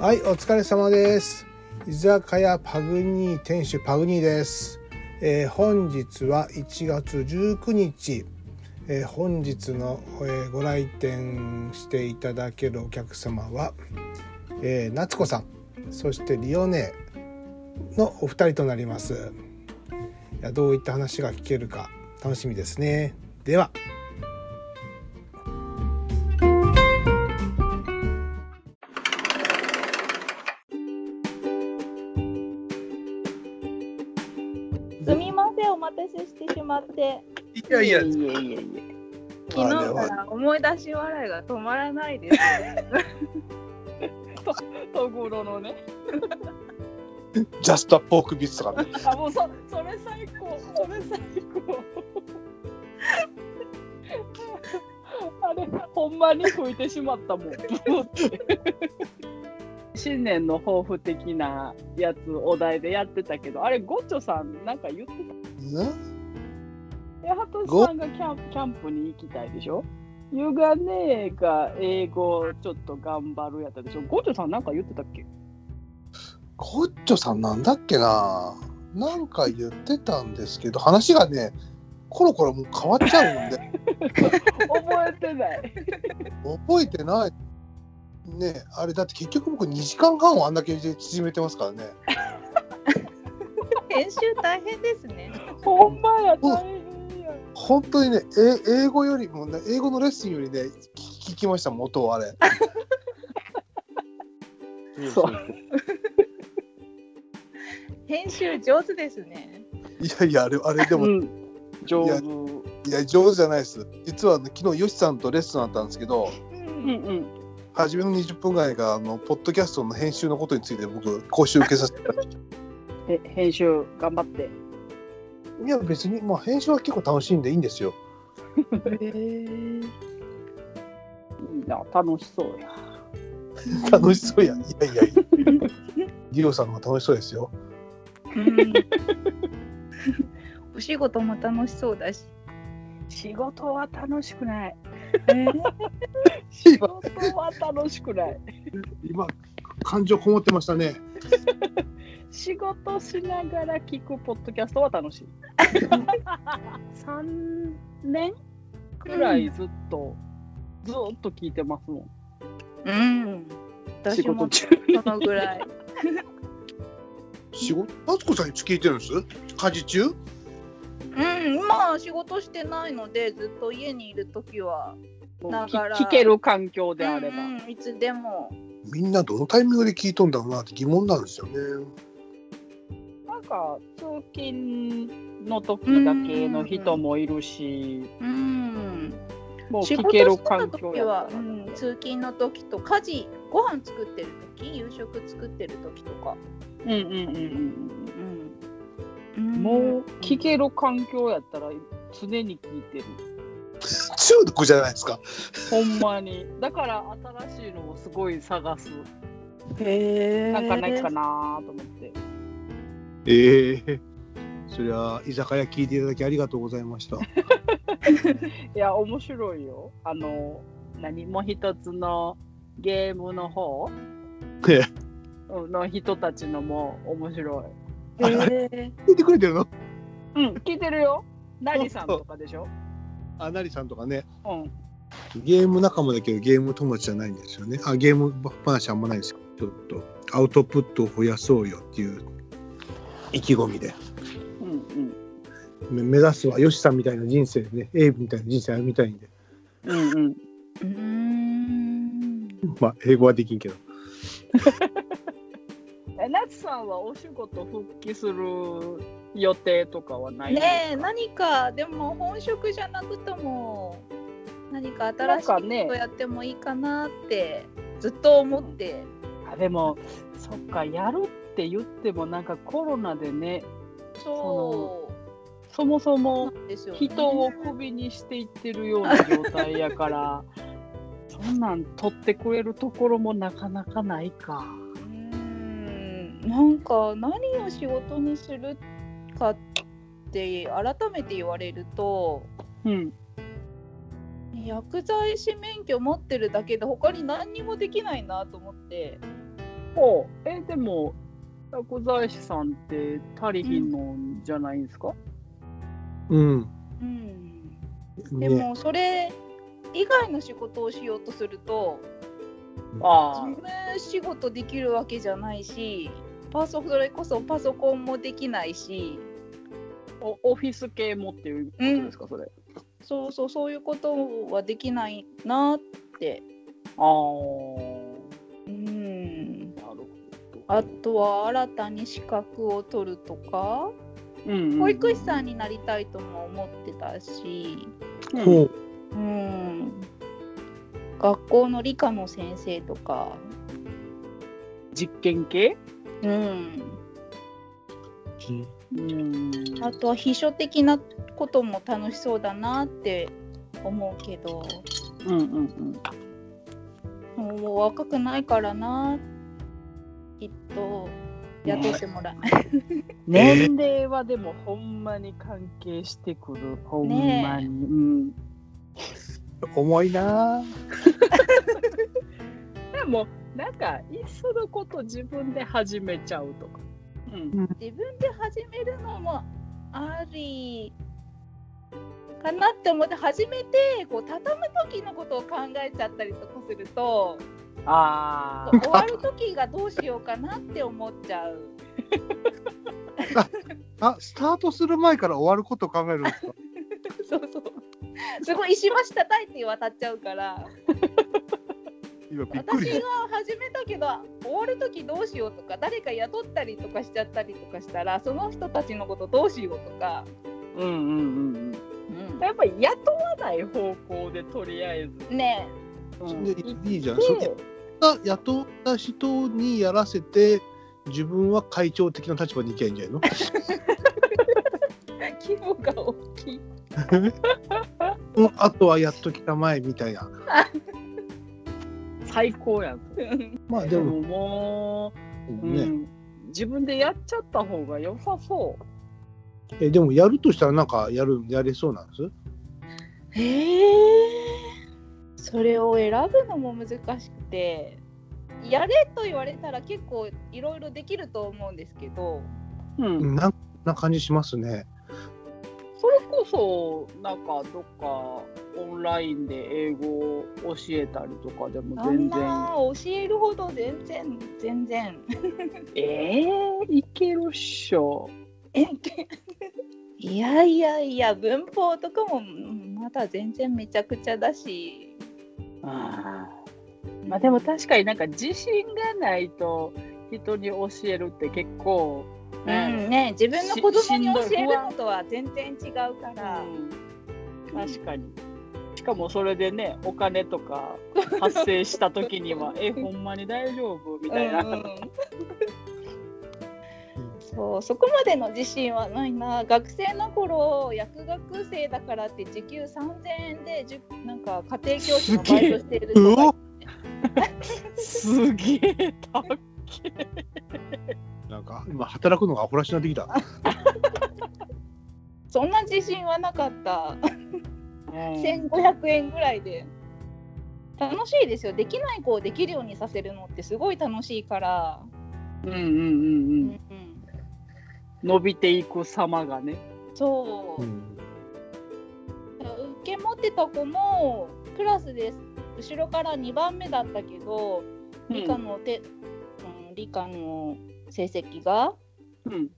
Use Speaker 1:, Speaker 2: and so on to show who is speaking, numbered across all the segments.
Speaker 1: はい、お疲れ様です。居酒屋パグニー店主パグニーです。えー本日は1月19日、えー本日の、えーご来店していただけるお客様は、えー夏子さん、そしてリオネのお二人となります。いやどういった話が聞けるか楽しみですね。では。
Speaker 2: すみません、お待たせしてしまって、
Speaker 3: いやいや、
Speaker 4: いえいえい
Speaker 2: 昨日から思い出し笑いが止まらない です。
Speaker 4: え。とごろのね。
Speaker 3: ジャストアポークビッツとかね。
Speaker 4: あ、もうそ、それ最高。それ最高。あれ、ほんまに吹いてしまったもん。新年の抱負的なやつお題でやってたけど、あれ、ゴッチョさん、なんか言ってた。ハトさんがキャンプキャンプに行きたいでしょゆがねえが英語ちょっと頑張るやったでしょゴッチョさんなんか言ってたっけ
Speaker 3: コッチョさんなんだっけななんか言ってたんですけど、話がね、コロコロもう変わっちゃうんで、
Speaker 4: 覚えてない。
Speaker 3: 覚えてない。ねあれだって結局僕2時間半をあんだけ縮めてますからね。
Speaker 2: 編集大変ですね。
Speaker 4: ほんまや、大変や。
Speaker 3: 本当にね、え英語よりもね、英語のレッスンよりね、聞聞きましたもん、音をあれ。
Speaker 4: そう
Speaker 2: 編集上手ですね。
Speaker 3: いやいや、あれ、あれでも、
Speaker 4: うん、上手。
Speaker 3: いや
Speaker 4: うん
Speaker 3: いや、上手じゃないです。実は、ね、昨日、ヨシさんとレッスンあったんですけど、
Speaker 2: う。
Speaker 4: うんん。
Speaker 3: 初めの20分ぐらいがあのポッドキャストの編集のことについて僕講習受けさせていただいて
Speaker 4: え、編集頑張って。
Speaker 3: いや別に、まあ、編集は結構楽しいんでいいんですよ
Speaker 4: へえ。いいな、楽しそうや。
Speaker 3: 楽しそうやいやいやいやリオさんの方が楽しそうですよ
Speaker 2: お仕事も楽しそうだし。
Speaker 4: 仕事は楽しくない。
Speaker 2: は
Speaker 4: 仕事は楽しくない。
Speaker 3: 今感情こもってましたね
Speaker 4: 仕事しながら聞くポッドキャストは楽しい。三年くらいずっと、ずっと聞いてますもん。
Speaker 2: うん。私
Speaker 4: 仕事
Speaker 2: も
Speaker 4: 中
Speaker 2: そのぐらい。
Speaker 3: 仕事夏子さんいつ聞いてるんです家事中
Speaker 2: うん、今は仕事してないので、ずっと家にいるときは。
Speaker 4: もう
Speaker 2: ながら
Speaker 4: 聞聞ける環境であれば。
Speaker 2: うんうんいつでも。
Speaker 3: みんなどのタイミングで聞いとんだろうなって疑問なんですよね
Speaker 4: なんか通勤の時だけの人もいるし、
Speaker 2: うん。
Speaker 4: もう
Speaker 2: 仕
Speaker 4: 聞
Speaker 2: 事
Speaker 4: け
Speaker 2: して
Speaker 4: る
Speaker 2: た
Speaker 4: 環境
Speaker 2: 時
Speaker 4: や
Speaker 2: は、
Speaker 4: から
Speaker 2: うん、通勤の時と家事ご飯作ってる時夕食作ってる時とか、
Speaker 4: うんうんうんうん
Speaker 2: うん
Speaker 4: うん。もう聞ける環境やったら常に聞いてる。
Speaker 3: 中毒じゃないですか
Speaker 4: ほんまに。だから新しいのをすごい探す。
Speaker 2: へ
Speaker 4: なんかないかなと思って。
Speaker 3: ええそりゃ居酒屋聞いていただきありがとうございました
Speaker 4: いや、面白いよ。あの、何もう一つのゲームの方
Speaker 3: え
Speaker 4: の人たちのも面白
Speaker 2: へ
Speaker 3: 聞いてくれてるの
Speaker 4: い。うん、聞いてるよ。ナリさんとかでしょ。
Speaker 3: あなりさんとかね
Speaker 4: うん。
Speaker 3: ゲーム仲間だけどゲーム友達じゃないんですよね。あゲーム話あんまないんですよ。ちょっとアウトプットを増やそうよっていう意気込みで。
Speaker 4: うんうん。
Speaker 3: め目指すはヨシさんみたいな人生でね、エイブみたいな人生歩みたいんで。
Speaker 4: うんうん。
Speaker 2: うーん
Speaker 3: まあ英語はできんけど。
Speaker 4: え、なつさんはお仕事復帰する予定とかはない
Speaker 2: ねえ何かでも本職じゃなくとも何か新しい
Speaker 4: な
Speaker 2: こ
Speaker 4: んかね
Speaker 2: とやってもいいかなってずっと思って、
Speaker 4: あでも、そっか、やるって言っても、なんかコロナでね、
Speaker 2: そ
Speaker 4: そもそうも
Speaker 2: なんですよね
Speaker 4: 人をクビにしていってるような状態や から、そんなん取ってくれるところもなかなかないか。
Speaker 2: うーんなんか何を仕事にするかって改めて言われると
Speaker 4: うん。
Speaker 2: 薬剤師免許持ってるだけで他に何にもできないなと思って
Speaker 4: ほうえ、でも、タコ財師さんって足りひんのんじゃないんですか、
Speaker 3: うん。
Speaker 2: うん、で
Speaker 3: ね、
Speaker 2: もそれ以外の仕事をしようとすると事
Speaker 4: あ
Speaker 2: 務仕事できるわけじゃないしパソそれこそパソコンもできないし
Speaker 4: あ、おオフィス系もっていうことですか、それ。
Speaker 2: そうそうそういうことはできないなって
Speaker 4: ああ、
Speaker 2: うん
Speaker 4: なるほど。
Speaker 2: あとは新たに資格を取るとか
Speaker 4: うんうんうん
Speaker 2: 保育士さんになりたいとも思ってたし、
Speaker 4: うん
Speaker 3: ほう。
Speaker 2: うん、学校の理科の先生とか、
Speaker 4: 実験系
Speaker 2: うん、
Speaker 4: うん。
Speaker 2: あとは秘書的なことも楽しそうだなって思うけど
Speaker 4: うんうんうん。
Speaker 2: もう若くないからなきっと雇ってもらえない
Speaker 4: 年齢はでもほんまに関係してくる。ほんま
Speaker 2: ね
Speaker 4: に。うん。
Speaker 3: 重いなぁ。
Speaker 4: でもなんかいっそのこと自分で始めちゃうとか。うん。
Speaker 2: 自分で始めるのもありかなって思って始めてこう畳む時のことを考えちゃったりとかすると
Speaker 4: あ
Speaker 2: こう終わる時がどうしようかなって思っちゃう。
Speaker 3: あ、スタートする前から終わることを考えるんですか
Speaker 2: そうそうすごい石橋叩いて渡っちゃうから
Speaker 3: 今びっく
Speaker 2: 私
Speaker 3: り
Speaker 2: が始めたけど終わる時どうしようとか誰か雇ったりとかしちゃったりとかしたらその人たちのことどうしようとか、
Speaker 4: うんうんうん
Speaker 2: うん
Speaker 4: やっぱり雇わない方向でとりあえず。
Speaker 2: ね
Speaker 4: うん
Speaker 3: でいいじゃん。そ
Speaker 4: で
Speaker 3: こが雇った人にやらせて、自分は会長的な立場に行きゃいいんじゃないの
Speaker 2: え規模が大きい。
Speaker 3: うんあとはやっときたまえみたいな。
Speaker 4: 最高やん。
Speaker 3: まあで
Speaker 4: で
Speaker 3: も
Speaker 4: ももう、う
Speaker 3: ね、
Speaker 4: ん、自分でやっちゃった方が良さそ
Speaker 3: えでもやるとしたらなんかやるやれそうなんです
Speaker 2: へえそれを選ぶのも難しくてやれと言われたら結構いろいろできると思うんですけど
Speaker 4: う。う。
Speaker 3: うんんなんな感じしますね。
Speaker 4: それこそなんかどっかオンラインで英語を教えたりとかでも
Speaker 2: あん
Speaker 4: 全
Speaker 2: な
Speaker 4: 然。
Speaker 2: 教えるほど全然全然
Speaker 4: ええいけるっしょ。
Speaker 2: いやいやいや文法とかもうんまだ全然めちゃくちゃだし
Speaker 4: あーまあでも確かになんか自信がないと人に教えるって結構、
Speaker 2: うん
Speaker 4: ね
Speaker 2: ね自分の子供に
Speaker 4: ししん
Speaker 2: 教
Speaker 4: どい
Speaker 2: えるのとは全然違うから、
Speaker 4: うん確かに。しかもそれでねお金とか発生した時 にはえほんまに大丈夫みたいな、
Speaker 2: うんうんそうそこまでの自信はないな学生の頃薬学生だからって時給3000円でじゅなんか家庭教師のバイトしてる
Speaker 3: う
Speaker 2: と
Speaker 3: お
Speaker 2: か
Speaker 4: すげえ高い
Speaker 3: なんか今働くのがアホらしになってきた。
Speaker 2: そんな自信はなかった、
Speaker 4: うん
Speaker 2: 1500円ぐらいで楽しいですよできない子をできるようにさせるのってすごい楽しいから、
Speaker 4: うんうん
Speaker 2: う
Speaker 4: うんうん
Speaker 2: んうん
Speaker 4: 伸びていく様がね
Speaker 2: そう、
Speaker 3: うん
Speaker 2: 受け持ってた子もクラスです後ろから2番目だったけど理科のて、うん、理科の成績が
Speaker 4: うん、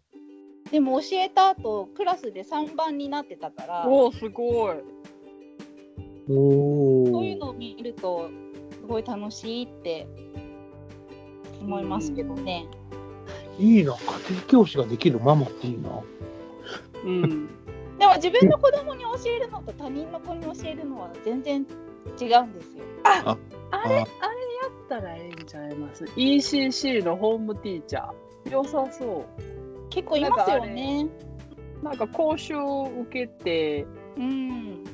Speaker 2: でも教えた後クラスで3番になってたからそ
Speaker 4: おおすごい、
Speaker 3: お
Speaker 2: ういう
Speaker 3: ー
Speaker 2: のを見るとすごい楽しいって思いますけどね。
Speaker 3: いいな家庭教師ができるママっていいな。
Speaker 4: うん、
Speaker 2: でも自分の子供に教えるのと他人の子に教えるのは全然違うんですよ。
Speaker 4: あれあれやったらええんちゃいます ECC のホームティーチャー良さそ
Speaker 2: 結構いますよね。
Speaker 4: うなんか講習を受けて
Speaker 2: うん。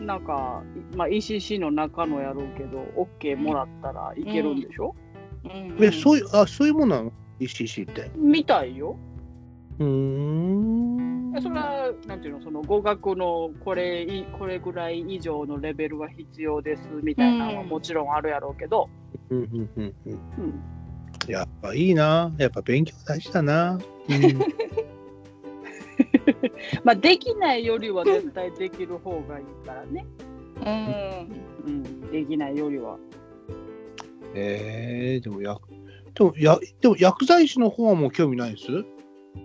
Speaker 4: なんか、まあ、ECC の中のやろうけど OK もらったらいけるんでしょ、
Speaker 2: うん
Speaker 3: えそういうあそういうものなの ECC って。
Speaker 4: みたいよ
Speaker 3: うーん
Speaker 4: それはなんていうのその語学のこれいこれぐらい以上のレベルが必要ですみたいなのはもちろんあるやろうけど、
Speaker 3: うんうんうんうん
Speaker 4: うん
Speaker 3: やっぱいいな。やっぱ勉強大事だな。うん、
Speaker 4: まあできないよりは絶対できる方がいいからね。
Speaker 2: うん。
Speaker 4: うん、できないよりは。
Speaker 3: えー、でもや、でもや、でも薬剤師の方はもう興味ないです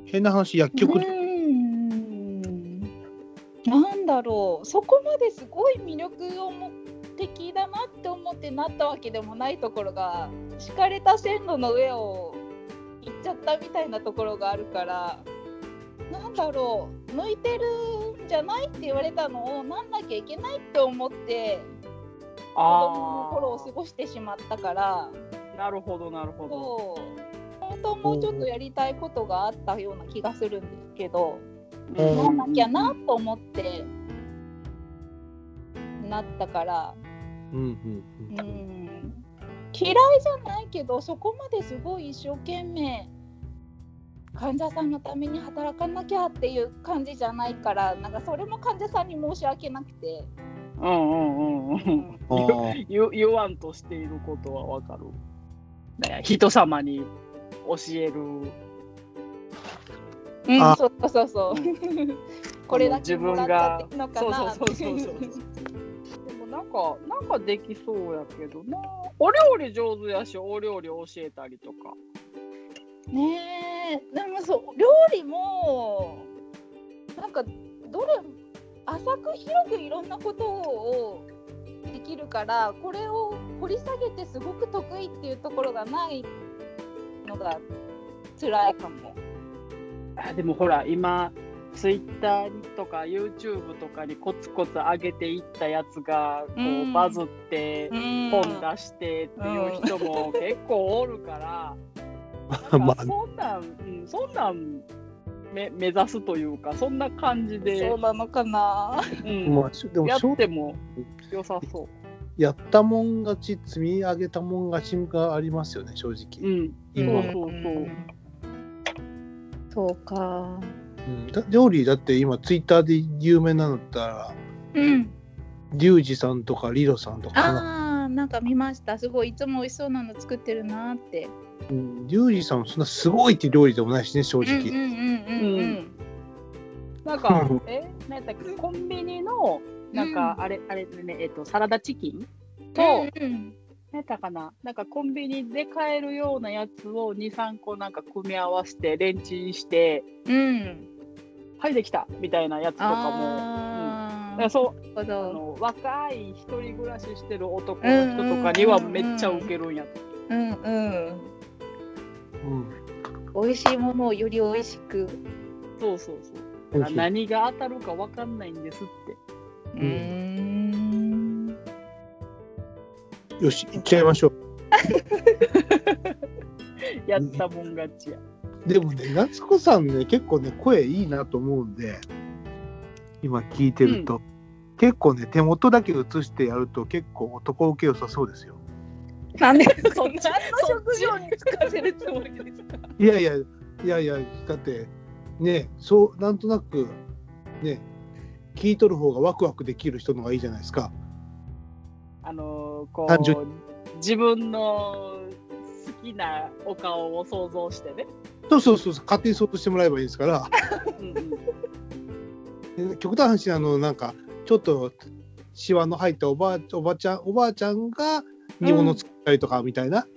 Speaker 3: 変な話、薬局
Speaker 2: う、ん。なんだろう、そこまですごい魅力をも的だなって思ってなったわけでもないところが、敷かれた線路の上を行っちゃったみたいなところがあるから、なんだろう、向いてるんじゃないって言われたのを、なんなきゃいけないって思って、子供の頃を過ごしてしまったから。
Speaker 4: あーなるほどなるほど。
Speaker 2: そう本当はもうちょっとやりたいことがあったような気がするんですけど、
Speaker 3: うん
Speaker 2: やらなきゃなと思ってなったから、
Speaker 3: うんうんう
Speaker 2: うんん、嫌いじゃないけどそこまですごい一生懸命患者さんのために働かなきゃっていう感じじゃないからなんかそれも患者さんに申し訳なくて、
Speaker 4: うんうんうんう。
Speaker 2: うんん
Speaker 3: あー
Speaker 4: 言 言わんとしていることはわかる。ね人様に教える。
Speaker 2: うん
Speaker 3: あ
Speaker 2: そうそうそうそう これだけもらっちゃっていいのか
Speaker 4: そう
Speaker 2: な
Speaker 4: そう
Speaker 2: って
Speaker 4: そうそう。でもなんかなんかできそうやけどな。お料理上手やし、お料理教えたりとか。
Speaker 2: ねえでもそう料理もなんかどれ浅く広くいろんなことをできるからこれを掘り下げてすごく得意っていうところがないのが辛いかも。
Speaker 4: あでもほら今ツイッターとか YouTube とかにコツコツ上げていったやつがこう、
Speaker 2: うん
Speaker 4: バズって
Speaker 2: うん
Speaker 4: 本出してっていう人も結構おるから、な
Speaker 3: ま
Speaker 4: んかそんなん、うん、そんなんめ目指すというかそんな感じで
Speaker 2: そう、なのかな。
Speaker 4: うん
Speaker 3: まあ、しでも
Speaker 4: や
Speaker 3: しょ
Speaker 4: っ、ても良さそ
Speaker 3: やったもん勝ち、積み上げたもん勝ちがありますよね、正
Speaker 4: う。う
Speaker 3: 直。
Speaker 4: ん、
Speaker 3: 今
Speaker 4: そうそうそう。
Speaker 2: そうか。
Speaker 3: うんだ料理だって今、ツイッターで有名なのだったら、
Speaker 2: うん。
Speaker 3: リュウジさんとかリロさんとか、
Speaker 2: ああなんか見ました。すごいいつも美味しそうなの作ってるなーって。
Speaker 3: うんリュウジさん、そんなすごいって料理でもないしね、正直。
Speaker 2: うんうんうんうんうん。
Speaker 4: なんか
Speaker 3: うん、
Speaker 4: え、なんやったっけ、コンビニの、なんか、あれ、あれね、えっと、サラダチキンと、
Speaker 2: うん
Speaker 4: 何やったかななんかコンビニで買えるようなやつを2、3個なんか組み合わせてレンチンして、
Speaker 2: うん、
Speaker 4: はい、できたみたいなやつとかも。
Speaker 2: あー
Speaker 4: だからそ
Speaker 2: なる
Speaker 4: う
Speaker 2: ほ
Speaker 4: あ
Speaker 2: ど。
Speaker 4: の若い一人暮らししてる男の人とかにはめっちゃウケるんやって、
Speaker 2: うんうん。
Speaker 3: うん
Speaker 2: 美味しいものをより美味しく。
Speaker 4: そうそうそうあ何が当たるかわかんないんですって
Speaker 2: うーん。
Speaker 3: よし、行っちゃいましょう。
Speaker 4: やったもん勝ちや、
Speaker 3: でもね、夏子さんね、結構ね、声いいなと思うんで、今聞いてると、結構ね、手元だけ映してやると、結構男受け良さそうですよ。
Speaker 2: なん で
Speaker 4: そ
Speaker 2: そ
Speaker 4: っ
Speaker 2: ん
Speaker 4: ち
Speaker 2: な
Speaker 4: そっ
Speaker 2: 職
Speaker 4: ち
Speaker 2: 業に
Speaker 4: つかせるつもりですか
Speaker 3: いやいや、いやいや、だって、ね、そう、なんとなく、ね、聞いとる方がワクワクできる人のがいいじゃないですか。
Speaker 4: あのーこ
Speaker 3: 単純
Speaker 4: う自分の好きなお顔を想像してね、
Speaker 3: そうそうそうそう、勝手にそうとしてもらえばいいですから。
Speaker 4: うんうん
Speaker 3: で極端な話あのなんかちょっとシワの入ったおばあおばちゃんおばあちゃんが煮物作ったりとかみたいな、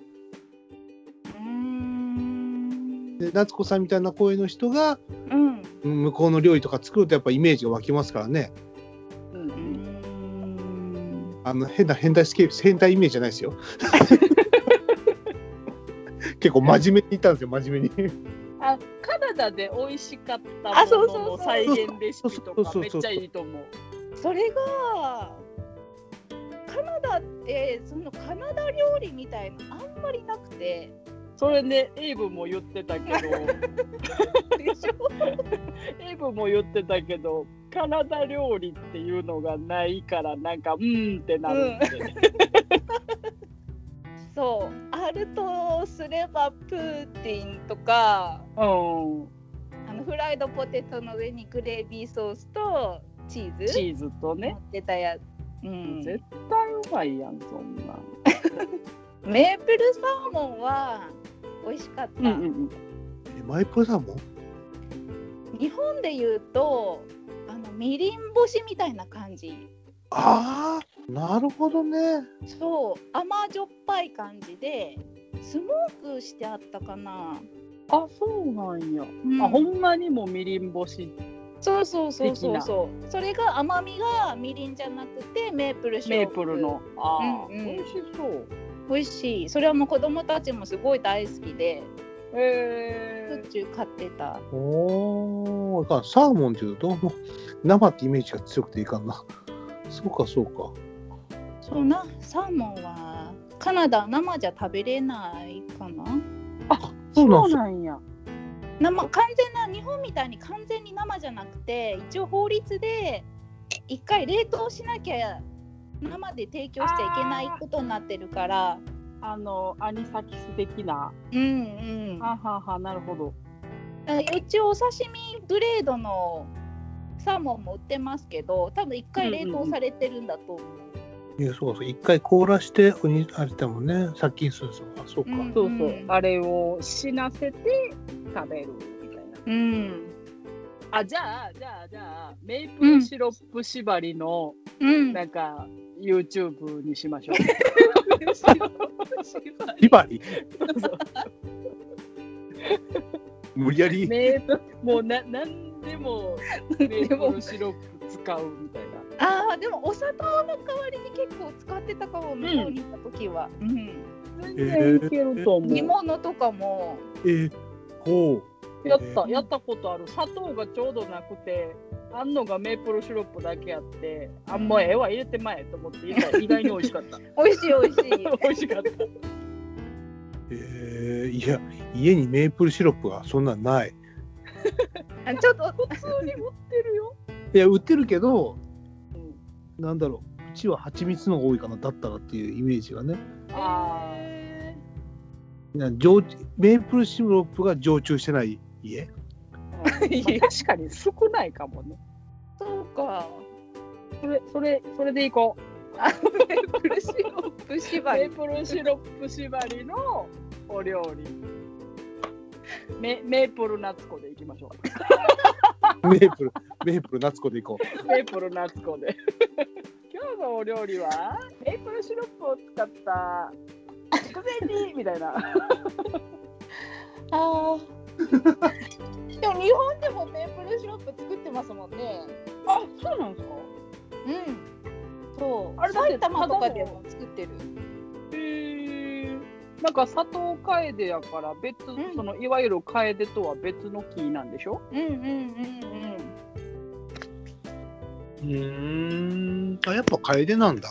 Speaker 2: うん。
Speaker 3: で夏子さんみたいな声の人が
Speaker 2: うん。
Speaker 3: うん向こうの料理とか作るとやっぱイメージが湧きますからね
Speaker 4: うん
Speaker 2: うーん
Speaker 3: あの変な変態スケープ変態イメージじゃないですよ 結構真面目に言ったんですよ真面目に
Speaker 4: あカナダで美味しかった
Speaker 2: あそ
Speaker 4: も
Speaker 2: う
Speaker 4: の
Speaker 2: そう
Speaker 4: の
Speaker 2: そう
Speaker 4: 再現レシピと
Speaker 3: そう
Speaker 4: か
Speaker 3: そう
Speaker 4: めっ
Speaker 3: そうそう
Speaker 4: ちゃいいと思う。
Speaker 2: それが。カナダってそのカナダ料理みたいなあんまりなくて
Speaker 4: それね、エイブも言ってたけど、
Speaker 2: でしょ
Speaker 4: エイブも言ってたけど、カナダ料理っていうのがないから、なんか、うーんってなるって、
Speaker 2: そうあるとすればプーティンとか
Speaker 4: う
Speaker 2: あのフライドポテトの上にグレービーソースとチー
Speaker 4: ん、チ
Speaker 2: ズ
Speaker 4: ーズと
Speaker 2: 乗
Speaker 4: ね
Speaker 2: っ、てたやつ、うん、
Speaker 4: 絶対うまいやん、そんなん。
Speaker 2: メープルサーモンは美味しかった、
Speaker 4: うんうん
Speaker 3: えマイプサモン
Speaker 2: 日本で言うとあのみりん干しみたいな感じ
Speaker 3: ああなるほどね
Speaker 2: そう甘じょっぱい感じでスモークしてあったかな、
Speaker 4: あ、そうなんや。
Speaker 2: う
Speaker 4: あ、ほんまにもうみりん干し。
Speaker 2: そうそうそうそうそうそれが甘みがみりんじゃなくてメープルシロ
Speaker 4: メ
Speaker 2: ッ
Speaker 4: ー
Speaker 2: プ
Speaker 4: プルの。ああ、
Speaker 2: うんうん
Speaker 4: 美味しそう。
Speaker 2: 美味しいそれはもう子供たちもすごい大好きでしょっ
Speaker 4: え
Speaker 2: ちゅう買ってた
Speaker 3: おーいかんサーモンっていうとどうも生ってイメージが強くていかんなそうかそうか
Speaker 2: そうなサーモンはカナダは生じゃ食べれないかな
Speaker 3: そうなん
Speaker 4: そう
Speaker 3: すよ
Speaker 4: なんや。
Speaker 2: 生完全な日本みたいに完全に生じゃなくて一応法律で一回冷凍しなきゃ生で提供しちゃいけないことになってるから
Speaker 4: あの、アニサキス的な。
Speaker 2: うんうん
Speaker 4: ははは、なるほど。
Speaker 2: あ一応お刺身グレードのサーモンも売ってますけど多分一回冷凍されてるんだと思う。
Speaker 3: いやそうかそう一回凍らしておにあれだもんね殺菌するんですよあそうか、
Speaker 2: うん
Speaker 4: そうそう、あれを死なせて食べるみたいな。
Speaker 2: うん
Speaker 4: あ、じゃあ、じゃあ、じゃあ、メープルシロップ縛りの、
Speaker 2: うん、
Speaker 4: なんか、YouTube にしましょう。
Speaker 3: ビバリ無理やり
Speaker 4: メープもうな、なんでも、メープルシロップ使うみたいな。
Speaker 2: ああでもお砂糖の代わりに結構使ってたかも向こうにいた時は、うん
Speaker 4: 全然いけると思う。
Speaker 2: 煮物とかも
Speaker 3: えー、ほ
Speaker 4: やった、やったことある。砂糖がちょうどなくて、あんのがメープルシロップだけあって、あんまええわ、入れてまえと思って入れたら、意外に美味しかった。
Speaker 2: 美味しい美味し い
Speaker 4: 美味しかった。
Speaker 3: うえー、いや家にメープルシロップがそんなんない
Speaker 2: あちょっと
Speaker 4: 普通に売ってるよ。
Speaker 3: いや売ってるけどなんだろううちは蜂蜜の方が多いかなだったらっていうイメージがね
Speaker 4: あ
Speaker 3: な常メープルシロップが常駐してない家
Speaker 4: あ、いや確かに少ないかもね。
Speaker 2: そうか
Speaker 4: それ、それ、それでいこ
Speaker 2: 苦しいロップ
Speaker 4: う。
Speaker 2: 縛
Speaker 4: メ
Speaker 2: り
Speaker 4: ープルシロップ縛りのお料理。メメープルナッツコでいきましょ
Speaker 3: メープルメープル夏子で行こう
Speaker 4: う。メープルナッツコで。今日のお料理はメープルシロップを使った筑前煮みたいな。
Speaker 2: あー でも日本でもメープルシロップ作ってますもんね
Speaker 4: あ、そうなんですか。
Speaker 2: うんそう
Speaker 4: あれだって
Speaker 2: 埼玉とかでも作ってる
Speaker 4: へえ。なんか佐藤楓やから別、
Speaker 2: ん
Speaker 4: そのいわゆる楓とは別の木なんでしょ？
Speaker 2: うんうんうん
Speaker 3: うんあやっぱ楓なんだ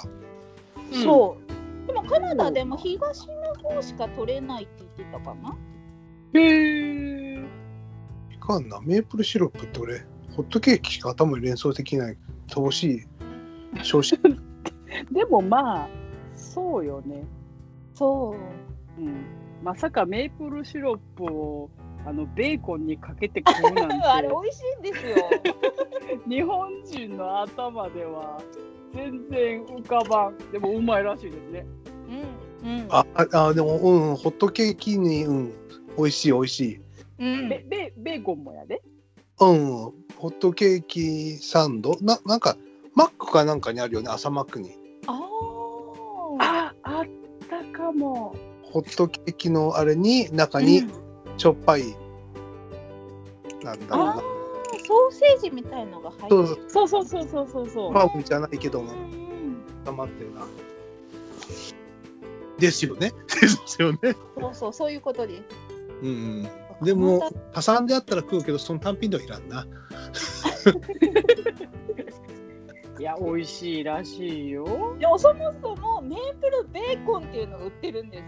Speaker 2: うん、そうでもカナダでも東の方しか取れないって言ってたかな
Speaker 4: へえ。
Speaker 3: いかんなメープルシロップって俺ホットケーキしか頭に連想できない乏しい少子
Speaker 4: でもまあそうよね。
Speaker 2: そう
Speaker 4: うん。まさかメープルシロップをあのベーコンにかけて食う な
Speaker 2: あ
Speaker 4: ん
Speaker 2: れ
Speaker 4: て
Speaker 2: 美味しいんですよ
Speaker 4: 日本人の頭では全然浮かばん。でもうまいらしいですね。
Speaker 2: うんうん
Speaker 3: あああでもうんホットケーキにうん美味しい美味しい
Speaker 2: うん
Speaker 4: ベベベーコンもやで。
Speaker 3: うんホットケーキサンドななんかマックかなんかにあるよね朝マックに
Speaker 2: ああ
Speaker 4: あ、あったかも。
Speaker 3: ホットケーキのあれに中にしょっぱい、なんだろう
Speaker 2: あー
Speaker 3: な
Speaker 2: ソーセージみたいのが入って
Speaker 3: そ
Speaker 2: る
Speaker 3: うそう
Speaker 4: そうそうそうそうそうそう。
Speaker 3: ハーブじゃないけど
Speaker 2: う
Speaker 3: も
Speaker 2: ん
Speaker 3: 黙ってるなですよね ですよね
Speaker 2: うんそうそうそういうことです
Speaker 3: うんうんでも挟んであったら食うけどその単品ではいらんない
Speaker 4: や美味しいらしいよ。
Speaker 2: いやそもそもメープルベーコンっていうのが売ってるんです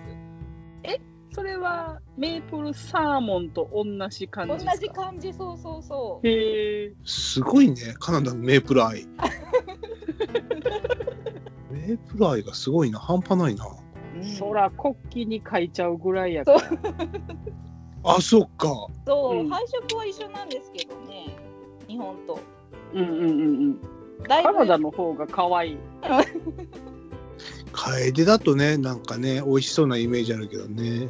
Speaker 4: それはメープルサーモンと同じ感じ
Speaker 2: 同
Speaker 4: ですか。
Speaker 2: じ感じそうそうそう
Speaker 4: へえ。
Speaker 3: すごいねカナダのメープル アイメープルアイがすごいな半端ないな
Speaker 4: そら国旗に書いちゃうぐらいやから。
Speaker 3: あそっか
Speaker 2: そう、
Speaker 4: うん
Speaker 2: 配色は一緒なんですけどね日本と
Speaker 4: うんうんうんうん。
Speaker 2: だいぶ
Speaker 4: カナダの方が可愛い。
Speaker 3: 楓だとねなんかね美味しそうなイメージあるけどね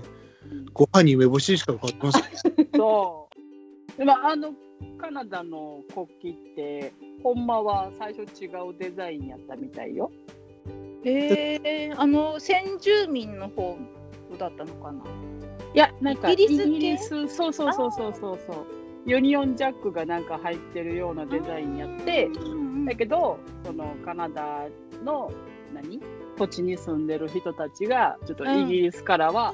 Speaker 3: ご飯に梅干ししか買ってません。
Speaker 4: そう。でもあのカナダの国旗ってほんまは最初違うデザインやったみたいよ。
Speaker 2: ええあの先住民の方だったのかな。
Speaker 4: いやなんか
Speaker 2: イ
Speaker 4: イ
Speaker 2: ギ
Speaker 4: ギ
Speaker 2: リ
Speaker 4: リ
Speaker 2: ス系
Speaker 4: スそうそうそうそうそうそう。ユニオンジャックがなんか入ってるようなデザインやって、
Speaker 2: うん
Speaker 4: だけどそのカナダの何土地に住んでる人たちがちょっとイギリスからは、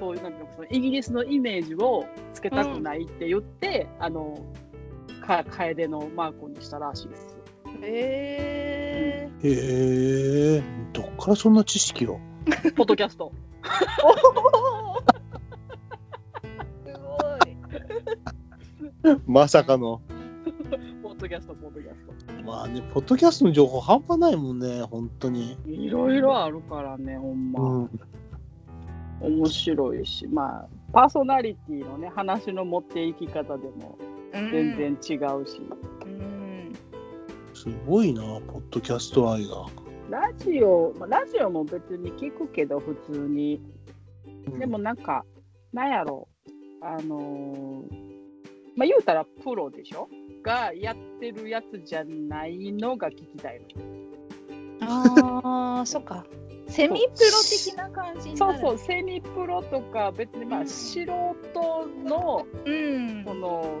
Speaker 4: そういうなんていうのそのイギリスのイメージをつけたくないって言って、あのか楓のマークにしたらしい です。
Speaker 2: え
Speaker 3: へえどっからそんな知識を
Speaker 4: ポッドキャスト。
Speaker 2: す
Speaker 3: まさかの。
Speaker 4: ポッドキャスト、ポッドキャスト。
Speaker 3: まあね、ポッドキャストの情報半端ないもんね、本当に。
Speaker 4: いろいろあるからね、ほんま。
Speaker 3: うん、
Speaker 4: 面白いし、まあ、パーソナリティのね、話の持っていき方でも
Speaker 2: ごい。
Speaker 4: 全然違うし。
Speaker 2: うん。
Speaker 3: すごいな、ポッドキャスト愛が。
Speaker 4: ラジオ、まあラジオも別に聞くけど、普通に。でもなんか、なんやろう、あのーまあ言うたらプロでしょがやってるやつじゃないのが聞きたいの。
Speaker 2: ああ、そっか。セミプロ的な感じに
Speaker 4: そ
Speaker 2: な
Speaker 4: う
Speaker 2: る。
Speaker 4: そうう、セミプロとか、別にま
Speaker 2: う
Speaker 4: あ
Speaker 2: ん
Speaker 4: 素人
Speaker 2: そ
Speaker 4: の、
Speaker 2: う。うん
Speaker 4: こ。の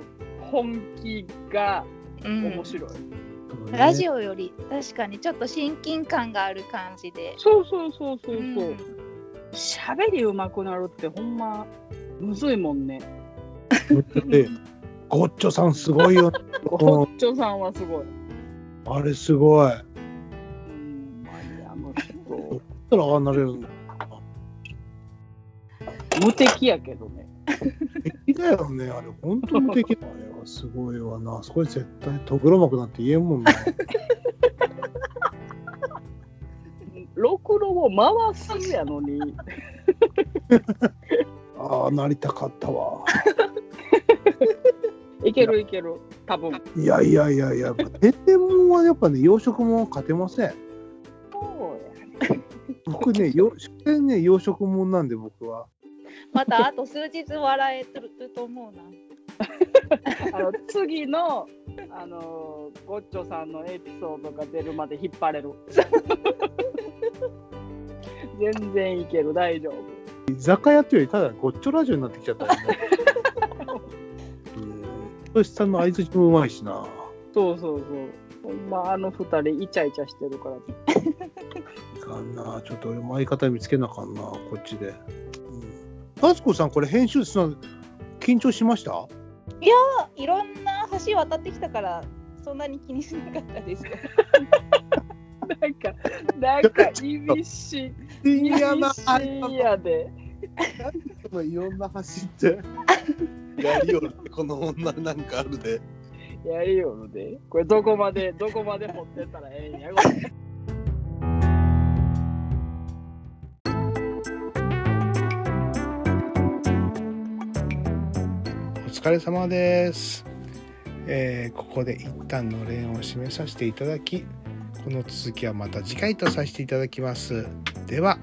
Speaker 4: 本気が面白い、
Speaker 3: うん、
Speaker 2: ラジオより確かにちょっと親近感がある感じで。
Speaker 4: そうそうそうそうそううん喋、りうまくなるってほんまむずいもんね
Speaker 3: でゴッチョさんすごいよ。
Speaker 4: ごっちょさんはすごい、
Speaker 3: あれすごい。だ
Speaker 4: うん、マジあの人
Speaker 3: ったらああなれるんだ。
Speaker 4: 無敵やけどね
Speaker 3: 敵だよね、あれ。本当に 敵だ。あれはすごいわな。そこで絶対トグロ幕なんて言えんもんな。
Speaker 4: ろくろを回すやのに
Speaker 3: ああ、なりたかったわ。
Speaker 4: いけるいける多分
Speaker 3: いやいやいやいや、天然物はやっぱね、養殖も勝てません。
Speaker 4: そうや
Speaker 3: 僕 ね、よ所詮ね、養殖もんなんで、僕は。
Speaker 2: またあと数日笑えてると思うな。
Speaker 4: あの次のあのごっちょさんのエピソードが出るまで引っ張れる全然いける大丈夫
Speaker 3: 居酒屋というより、ただごっちょラジオになってきちゃったよ ね。うん。トシさんの相づちもうまいしな。
Speaker 4: そうそうそう。ほんまあの二人イチャイチャしてるから。
Speaker 3: いかんな。ちょっと俺も相方見つけなあかんな、こっちで。うん。タツコさん、これ編集室な緊張しました
Speaker 2: いろんな橋渡ってきたから、そんなに気にしなかったですよ。
Speaker 4: なんか、なんか、いびし、いびし
Speaker 3: 嫌な相
Speaker 4: やで。
Speaker 3: 方いろんな走 って。やりよるこの女なんかあるで。
Speaker 4: やりよるで。これどこまで、どこまで持ってったらええんや。
Speaker 1: お疲れ様です、えーここで一旦の例を締めさせていただきこの続きはまた次回とさせていただきますでは